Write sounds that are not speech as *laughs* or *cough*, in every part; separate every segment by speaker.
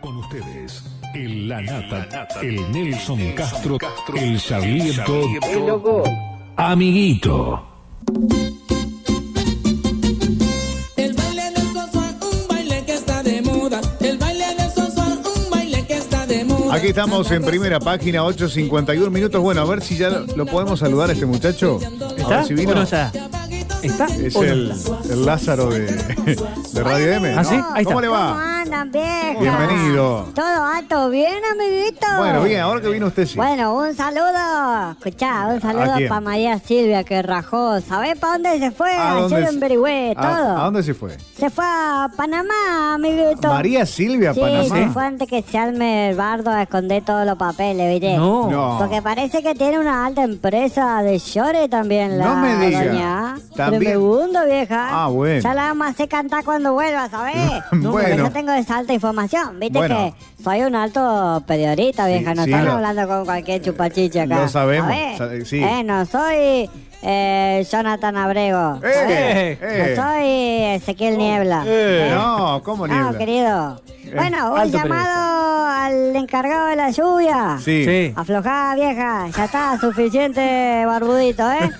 Speaker 1: Con ustedes, el Lanata, el Nelson Castro, el Sarmiento, amiguito.
Speaker 2: El baile del sosual, un baile que está de moda. El baile del sosual, un baile que está de moda.
Speaker 3: Aquí estamos en primera página, 8.51 minutos. Bueno, a ver si ya lo podemos saludar a este muchacho. A
Speaker 4: ¿Está?
Speaker 3: ver si vino.
Speaker 4: ¿O no está? ¿Está?
Speaker 3: Es
Speaker 4: o no
Speaker 3: el,
Speaker 4: está?
Speaker 3: el Lázaro de, de Radio M.
Speaker 4: ¿Ah, sí? Ahí está.
Speaker 3: ¿Cómo le
Speaker 5: ¿Cómo
Speaker 3: va?
Speaker 5: andan, vieja?
Speaker 3: Bienvenido.
Speaker 5: ¿Todo alto? ¿Bien, amiguito?
Speaker 3: Bueno, bien, ahora que vino usted sí.
Speaker 5: Bueno, un saludo. Escuchá, un saludo
Speaker 3: quién?
Speaker 5: para María Silvia que rajó. ¿Sabés para dónde se fue?
Speaker 3: ¿A dónde
Speaker 5: Ayer
Speaker 3: se-
Speaker 5: en Berigüé,
Speaker 3: ¿A-
Speaker 5: todo.
Speaker 3: ¿A, dónde se fue?
Speaker 5: Se fue a Panamá, amiguito.
Speaker 3: María Silvia,
Speaker 5: Sí, se
Speaker 3: Panamá.
Speaker 5: fue antes que se arme el bardo a esconder todos los papeles, ¿viste?
Speaker 4: No.
Speaker 3: No.
Speaker 5: Porque parece que tiene una alta empresa de llore también la
Speaker 3: No me diga.
Speaker 5: doña.
Speaker 3: También.
Speaker 5: Tremendo, vieja.
Speaker 3: Ah, bueno.
Speaker 5: Ya la vamos a hacer cantar cuando vuelva, ¿sabes?
Speaker 3: *laughs* Bueno.
Speaker 5: Porque yo tengo esa alta información. Viste
Speaker 3: Bueno.
Speaker 5: que soy un alto periodista, vieja.
Speaker 3: Sí,
Speaker 5: no
Speaker 3: sí,
Speaker 5: estamos
Speaker 3: lo-
Speaker 5: hablando con cualquier chupachiche acá.
Speaker 3: lo sabemos,
Speaker 5: ¿sabés?
Speaker 3: sabe- sí.
Speaker 5: Eh, no soy eh, Jonathan Abrego.
Speaker 3: ¡Eh!
Speaker 5: ¿sabés?
Speaker 3: ¡Eh!
Speaker 5: No soy Ezequiel Niebla.
Speaker 3: Eh, no, ¿cómo
Speaker 5: No,
Speaker 3: niebla?
Speaker 5: Ah, querido. Bueno, un
Speaker 4: alto
Speaker 5: llamado al encargado de la lluvia.
Speaker 3: Sí.
Speaker 4: Sí.
Speaker 5: Aflojá, vieja. Ya está suficiente barbudito,
Speaker 3: *laughs*
Speaker 5: ¿eh?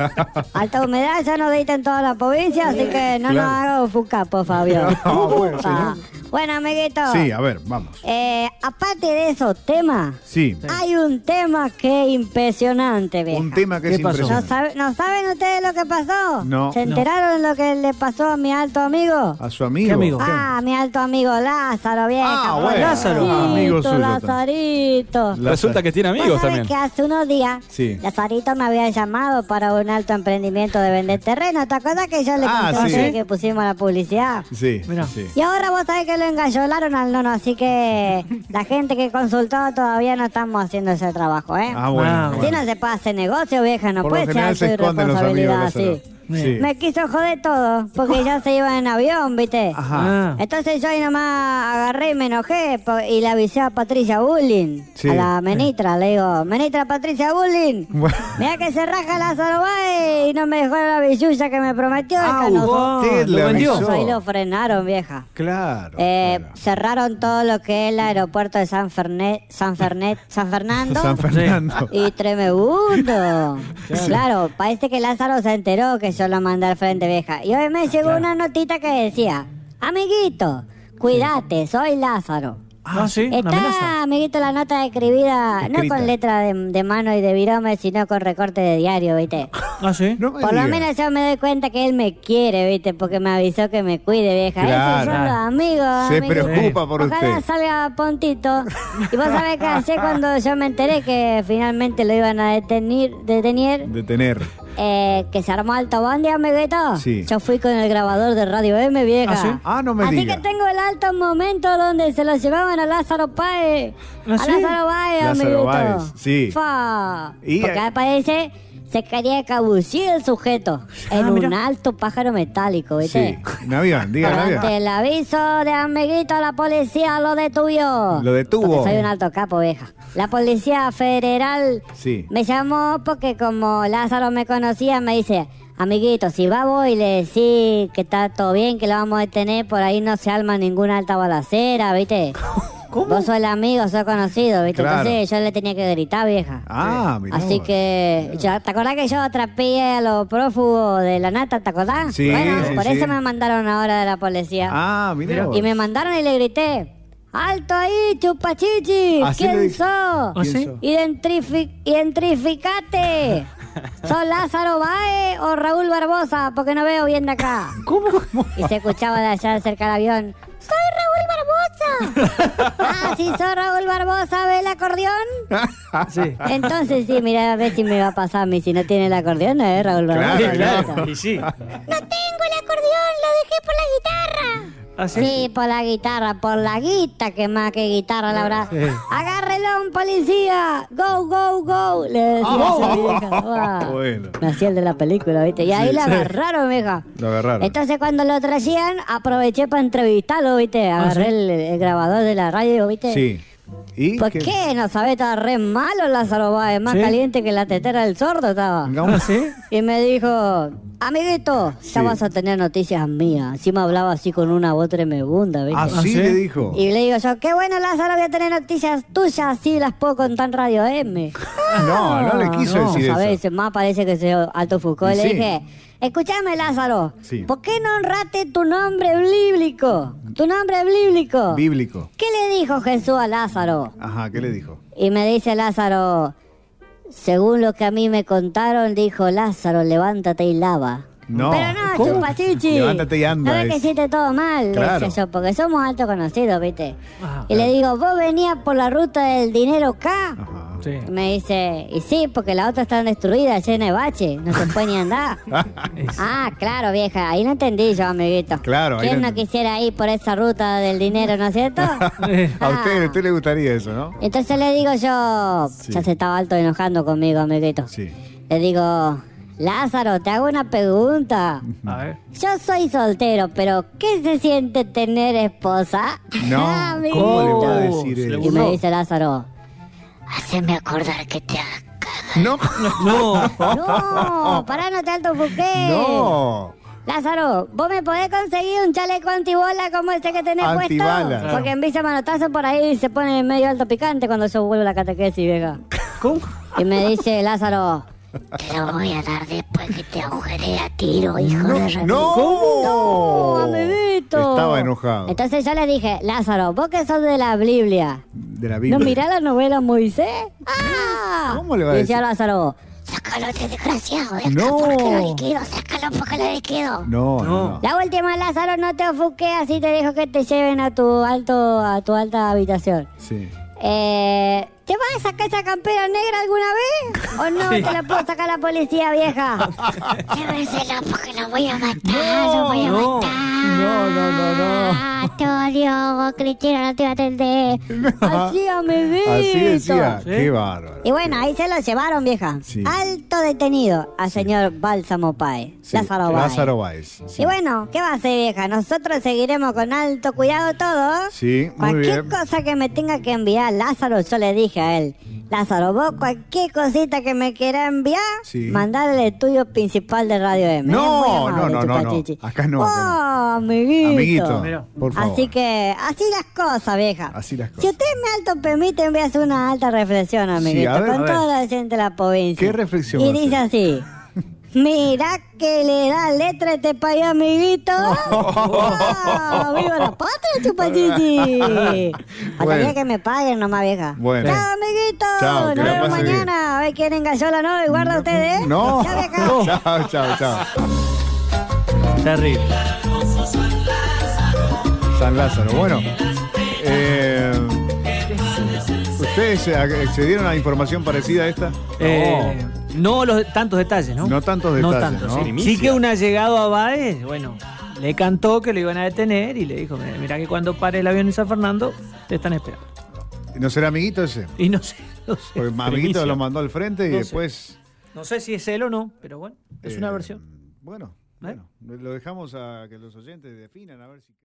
Speaker 5: Alta humedad ya nos diste en toda la provincia, así que no
Speaker 3: Claro.
Speaker 5: nos hagas fucapo, Fabio.
Speaker 3: *laughs* No, bueno,
Speaker 5: Upa.
Speaker 3: sí,
Speaker 5: Bueno, amiguito.
Speaker 3: Sí, a ver, vamos.
Speaker 5: Eh, aparte de esos temas,
Speaker 3: Sí,
Speaker 5: hay un tema que es impresionante, vieja.
Speaker 3: un tema que
Speaker 4: ¿Qué
Speaker 3: es
Speaker 4: pasó?
Speaker 5: ¿No,
Speaker 3: impresionante.
Speaker 5: sabe- no saben ustedes lo que pasó?
Speaker 3: No.
Speaker 5: ¿Se
Speaker 3: No.
Speaker 5: enteraron lo que le pasó a mi alto amigo?
Speaker 3: A su amigo.
Speaker 4: ¿Qué amigo?
Speaker 5: Ah, mi alto amigo Lázaro, vieja.
Speaker 3: Ah,
Speaker 5: por
Speaker 3: bueno.
Speaker 4: Lázaro.
Speaker 5: Diosito,
Speaker 3: Amigo suyo también.
Speaker 5: Lazarito.
Speaker 3: Lázaro.
Speaker 6: Resulta que tiene amigos
Speaker 5: Vos sabés
Speaker 6: también.
Speaker 5: que hace unos días
Speaker 3: Sí.
Speaker 5: Lazarito me había llamado para un alto emprendimiento de vender terreno. ¿Te acuerdas que yo le
Speaker 3: Ah,
Speaker 5: conté a
Speaker 3: sí.
Speaker 5: ustedes que pusimos la publicidad?
Speaker 3: Sí,
Speaker 4: Mirá.
Speaker 3: sí.
Speaker 5: Y ahora vos sabés que lo engallolaron al nono, así que la gente que consultó todavía no estamos haciendo ese trabajo, ¿eh?
Speaker 3: Ah, bueno.
Speaker 4: Ah,
Speaker 5: así
Speaker 3: bueno.
Speaker 5: no se puede hacer negocio, vieja, no
Speaker 3: Por lo
Speaker 5: puede ser
Speaker 3: general
Speaker 5: alto
Speaker 3: se
Speaker 5: y
Speaker 3: esconden los amigos.
Speaker 5: responsabilidad
Speaker 3: Lázaro.
Speaker 5: así.
Speaker 3: Sí.
Speaker 5: Me quiso joder todo, porque ya se iba en avión, ¿viste?
Speaker 3: Ajá.
Speaker 4: Ah.
Speaker 5: Entonces yo ahí nomás agarré y me enojé po- y le avisé a Patricia Bullin,
Speaker 3: Sí.
Speaker 5: a la menitra, le digo, menitra Patricia Bullin,
Speaker 3: *laughs* Bueno.
Speaker 5: mira que se raja la Bay y no me dejó la billulla que me prometió el
Speaker 4: Ah,
Speaker 5: canoso.
Speaker 3: Usted
Speaker 4: lo
Speaker 3: le
Speaker 4: vendió.
Speaker 3: avisó.
Speaker 5: Ahí lo frenaron, vieja.
Speaker 3: Claro.
Speaker 5: Eh,
Speaker 3: claro.
Speaker 5: cerraron todo lo que es el aeropuerto de San Fernet, San Fernet, San Fernando.
Speaker 3: San Fernando.
Speaker 5: Y tremendo. Claro, parece que Lázaro se enteró que yo lo mandé al frente vieja. Y hoy me llegó una notita que decía, amiguito, cuídate, soy Lázaro.
Speaker 4: Ah, sí, una amenaza.
Speaker 5: Está, amiguito, la nota escribida, no
Speaker 3: Escrita.
Speaker 5: con letra de, de mano y de virome, sino con recorte de diario, ¿viste?
Speaker 4: Ah, sí.
Speaker 3: No me
Speaker 5: Por lo
Speaker 3: diga.
Speaker 5: menos yo me doy cuenta que él me quiere, ¿viste? Porque me avisó que me cuide, vieja.
Speaker 3: Claro.
Speaker 5: Esos son los amigos.
Speaker 3: Se
Speaker 5: amiguito.
Speaker 3: preocupa por
Speaker 5: Ojalá
Speaker 3: usted.
Speaker 5: salga Pontito. Y vos sabés que ayer cuando yo me enteré que finalmente lo iban a detenir, detener,
Speaker 3: De tener.
Speaker 5: eh, que se armó alto bondi, amiguito.
Speaker 3: Sí.
Speaker 5: Yo fui con el grabador de Radio M, vieja.
Speaker 4: ¿Ah, sí?
Speaker 3: Ah, no me
Speaker 5: Así
Speaker 3: diga.
Speaker 5: que tengo el alto momento donde se lo llevaban a Lázaro Páez.
Speaker 4: ¿Ah,
Speaker 5: a
Speaker 4: sí?
Speaker 5: Lázaro Páez,
Speaker 3: Lázaro
Speaker 5: amiguito.
Speaker 3: Páez, sí.
Speaker 5: Fa.
Speaker 3: Y- eh,
Speaker 5: Porque al parecer se quería cabullir el sujeto en un alto pájaro metálico,
Speaker 3: Ah, Sí.
Speaker 5: ¿viste?
Speaker 3: Navidad, diga
Speaker 5: Durante
Speaker 3: Navidad.
Speaker 5: el aviso de amiguito, la policía lo detuvo.
Speaker 3: Lo detuvo.
Speaker 5: Porque soy un alto capo, vieja. La policía federal
Speaker 3: Sí.
Speaker 5: me llamó porque como Lázaro me conocía, me dice, amiguito, si va vos y le decís que está todo bien, que lo vamos a detener, por ahí no se alma ninguna alta balacera, ¿viste?
Speaker 3: *laughs*
Speaker 4: ¿Cómo?
Speaker 5: Vos sos el amigo, sos conocido, ¿viste?
Speaker 3: Claro.
Speaker 5: Entonces yo le tenía que gritar, vieja.
Speaker 3: Ah, mirá.
Speaker 5: Así
Speaker 3: vos.
Speaker 5: que, ya, ¿te acordás que yo atrapé a los prófugos de la nata, te acordás?
Speaker 3: Sí,
Speaker 5: bueno,
Speaker 3: sí,
Speaker 5: por
Speaker 3: sí.
Speaker 5: eso me mandaron ahora de la policía.
Speaker 3: Ah, mirá. vos.
Speaker 5: Y me mandaron y le grité, ¡Alto ahí, chupachichi!
Speaker 3: Así le
Speaker 5: ¿Quién
Speaker 3: dije.
Speaker 5: sos?
Speaker 4: ¿Ah, sí?
Speaker 3: Pienso.
Speaker 5: Identifi- identificate. ¿Sos Lázaro Bae o Raúl Barbosa? Porque no veo bien de acá.
Speaker 4: ¿Cómo?
Speaker 5: Y se escuchaba de allá cerca del avión. ¡Soy Raúl Barbosa! ah, si sos Raúl Barbosa, ¿ve el acordeón?
Speaker 4: Sí.
Speaker 5: Entonces sí, mira a ver si me va a pasar a mí. Si no tiene el acordeón, no es Raúl Barbosa.
Speaker 3: Claro, Ah,
Speaker 4: Sí, claro. Y sí.
Speaker 5: No tengo el acordeón, lo dejé por la guitarra.
Speaker 4: ¿Ah, sí?
Speaker 5: Sí, por la guitarra, por la guita, que más que guitarra, la verdad.
Speaker 4: Sí.
Speaker 5: Agárrelo a un policía, go, go, go, le decía a su
Speaker 3: oh,
Speaker 5: vieja. Guau.
Speaker 3: *laughs* Bueno.
Speaker 5: Me hacía el de la película, ¿viste? Y ahí la agarraron, vieja.
Speaker 3: oh. Lo agarraron.
Speaker 5: Entonces cuando lo traían, aproveché para entrevistarlo, ¿viste? Agarré el, el grabador de la radio, ¿viste?
Speaker 3: Sí. ¿Y
Speaker 5: ¿Por qué? No sabés, estaba re malo Lázaro Báez, más
Speaker 4: Sí.
Speaker 5: caliente que la tetera del sordo estaba.
Speaker 3: Pongamos-
Speaker 4: ¿Ah, ¿Sí?
Speaker 5: Y me dijo, amiguito, ya
Speaker 3: Sí.
Speaker 5: vas a tener noticias mías. Así me hablaba así con una voz tremebunda, ¿viste?
Speaker 3: Así
Speaker 4: ¿Ah, sí?
Speaker 3: le dijo.
Speaker 5: Y le digo yo, qué bueno Lázaro, voy a tener noticias tuyas, así las puedo contar en Radio
Speaker 3: *laughs*
Speaker 5: M. Ah,
Speaker 3: No, no le quiso
Speaker 4: no,
Speaker 3: decir
Speaker 5: ¿Sabés?
Speaker 3: eso.
Speaker 5: Ese Más parece que se alto Foucault.
Speaker 3: Y
Speaker 5: le
Speaker 3: sí.
Speaker 5: dije, escúchame Lázaro,
Speaker 3: Sí.
Speaker 5: ¿por qué no honraste tu nombre bíblico? Tu nombre bíblico.
Speaker 3: Bíblico.
Speaker 5: ¿Qué le dijo Jesús a Lázaro?
Speaker 3: Ajá, ¿qué le dijo?
Speaker 5: Y me dice Lázaro, según lo que a mí me contaron, dijo Lázaro, levántate y lava.
Speaker 3: No.
Speaker 5: Pero no,
Speaker 3: ¿Cómo?
Speaker 5: chupachichi.
Speaker 3: Levántate y anda,
Speaker 5: No ves que
Speaker 3: es.
Speaker 5: hiciste todo mal, le
Speaker 3: Claro.
Speaker 5: dije yo, porque somos alto conocidos, ¿viste?
Speaker 4: Ah,
Speaker 5: y le digo, ¿vos venías por la ruta del dinero acá?
Speaker 3: Ajá.
Speaker 4: Sí.
Speaker 5: Y Me dice, y sí, porque la otra está destruida, llena de bache, no se puede ni
Speaker 3: *laughs*
Speaker 5: andar.
Speaker 4: Es-
Speaker 5: Ah, claro, vieja, ahí no entendí yo, amiguito.
Speaker 3: Claro, ahí
Speaker 5: ¿Quién
Speaker 3: no
Speaker 5: no
Speaker 3: entendí.
Speaker 5: quisiera ir por esa ruta del dinero, no es
Speaker 3: *laughs*
Speaker 5: cierto?
Speaker 4: Eh,
Speaker 3: A
Speaker 5: Ah.
Speaker 3: usted, a usted le gustaría eso, ¿no?
Speaker 5: Entonces le digo yo,
Speaker 3: Sí.
Speaker 5: ya se estaba alto enojando conmigo, amiguito.
Speaker 3: Sí.
Speaker 5: Le digo, Lázaro, te hago una pregunta.
Speaker 4: a ver.
Speaker 5: Yo soy soltero, pero ¿qué se siente tener esposa? *laughs*
Speaker 3: No,
Speaker 5: Amiguito.
Speaker 3: ¿cómo le va a
Speaker 4: Oh,
Speaker 3: decir
Speaker 4: se le
Speaker 5: Y
Speaker 3: eso?
Speaker 5: me
Speaker 4: burló.
Speaker 5: dice Lázaro, haceme acordar que te
Speaker 3: *laughs*
Speaker 5: haga. *laughs*
Speaker 3: No,
Speaker 4: No.
Speaker 5: No, pará, no te alto buque.
Speaker 3: no.
Speaker 5: Lázaro, vos me podés conseguir un chaleco antibola como este que tenés
Speaker 3: Antibala.
Speaker 5: puesto. Porque en visa manotazo por ahí se pone medio alto picante cuando yo vuelvo a la catequesis, vieja.
Speaker 4: *laughs* ¿Cómo?
Speaker 5: Y me dice
Speaker 3: *laughs*
Speaker 5: Lázaro,
Speaker 6: Te lo voy a dar después que te agujeré a tiro, hijo de
Speaker 3: No,
Speaker 6: re-
Speaker 3: no.
Speaker 5: ¡Oh, amiguito!
Speaker 3: Estaba enojado.
Speaker 5: Entonces yo le dije, Lázaro, vos que sos de la Biblia,
Speaker 3: De la Biblia. ¿Eh?
Speaker 5: ¿no mirás la novela Moisés? ¡Ah!
Speaker 3: ¿Cómo le va a
Speaker 5: Y decía
Speaker 3: decir?
Speaker 5: Lázaro, este
Speaker 6: Sácalo, te desgraciado. de acá
Speaker 3: No.
Speaker 6: Porque lo liquido, sácalo porque lo liquido.
Speaker 3: No, no, no.
Speaker 4: No.
Speaker 5: la última, Lázaro, no te ofusques, así te dejo que te lleven a tu alto, a tu alta habitación.
Speaker 3: Sí.
Speaker 5: Eh, ¿Te vas a sacar esa campera negra alguna vez? ¿O no te la puedo sacar la policía,
Speaker 6: *laughs*
Speaker 5: vieja?
Speaker 6: Llévenselo porque lo voy a matar, lo voy a
Speaker 4: No.
Speaker 6: matar.
Speaker 3: No, no, no, no.
Speaker 6: Ah, te odio, Cristina, no te va a
Speaker 3: *laughs*
Speaker 6: atender.
Speaker 5: Así, amiguito.
Speaker 3: Así decía.
Speaker 4: Sí.
Speaker 3: Qué bárbaro.
Speaker 5: Y bueno, ahí se lo llevaron, vieja.
Speaker 3: Sí.
Speaker 5: Alto detenido al señor Bálsamo Páez.
Speaker 3: Sí,
Speaker 5: Lázaro Báez.
Speaker 3: Lázaro Báez. Sí.
Speaker 5: Y bueno, ¿qué va a hacer, vieja? Nosotros seguiremos con alto cuidado todos.
Speaker 3: Sí, muy
Speaker 5: Cualquier
Speaker 3: bien.
Speaker 5: cosa que me tenga que enviar Lázaro, yo le dije a él, Lázaro, vos cualquier cosita que me quiera enviar,
Speaker 3: Sí.
Speaker 5: mandar al estudio principal de Radio M.
Speaker 3: No,
Speaker 5: Es muy amable,
Speaker 3: no, no, no, no.
Speaker 5: Chupachichi.
Speaker 3: Acá no,
Speaker 5: Oh,
Speaker 3: acá no.
Speaker 5: amiguito.
Speaker 3: Amiguito,
Speaker 4: Mira.
Speaker 3: por favor.
Speaker 5: Así que, así las cosas, vieja.
Speaker 3: Así las
Speaker 5: Si
Speaker 3: cosas.
Speaker 5: ustedes me alto permiten, voy a hacer una alta reflexión, amiguito,
Speaker 3: a ver,
Speaker 5: con
Speaker 3: a ver.
Speaker 5: toda la gente de la provincia.
Speaker 3: ¿Qué reflexión
Speaker 5: Y
Speaker 3: va a
Speaker 5: dice
Speaker 3: hacer?
Speaker 5: así.
Speaker 3: *laughs*
Speaker 5: Mirá que le da letra a este país,
Speaker 3: *laughs*
Speaker 5: amiguito. Ah, ¡Viva la patria,
Speaker 3: *laughs*
Speaker 5: chupachichi! Hasta
Speaker 3: Bueno.
Speaker 5: día que me paguen nomás, vieja.
Speaker 3: Bueno.
Speaker 5: ¡Chao, amiguito!
Speaker 3: Chao, que
Speaker 5: Nos
Speaker 3: la
Speaker 5: vemos
Speaker 3: pase bien.
Speaker 5: mañana. A ver quién engañó la novia y guarda ustedes. ¿eh?
Speaker 3: No.
Speaker 5: ¡Chao, vieja!
Speaker 3: *laughs* Chao, chao, chao.
Speaker 4: Terrible.
Speaker 3: San Lázaro. Bueno, eh, ¿ustedes eh, accedieron a información parecida a esta?
Speaker 4: Eh, no
Speaker 3: No.
Speaker 4: los tantos detalles, ¿no?
Speaker 3: No tantos detalles, ¿no?
Speaker 4: sí. Sí que una llegado a Baez, bueno, le cantó que lo iban a detener y le dijo, "Mirá, mirá que cuando pare el avión en San Fernando, te están esperando.
Speaker 3: ¿No será amiguito ese?
Speaker 4: Y no sé, no sé.
Speaker 3: Porque amiguito
Speaker 4: Primicia.
Speaker 3: lo mandó al frente y
Speaker 4: No sé.
Speaker 3: después...
Speaker 4: No sé si es él o no, pero bueno, es
Speaker 3: eh,
Speaker 4: una versión. ¿Eh?
Speaker 3: Bueno, bueno, lo dejamos a que los oyentes definan a ver si...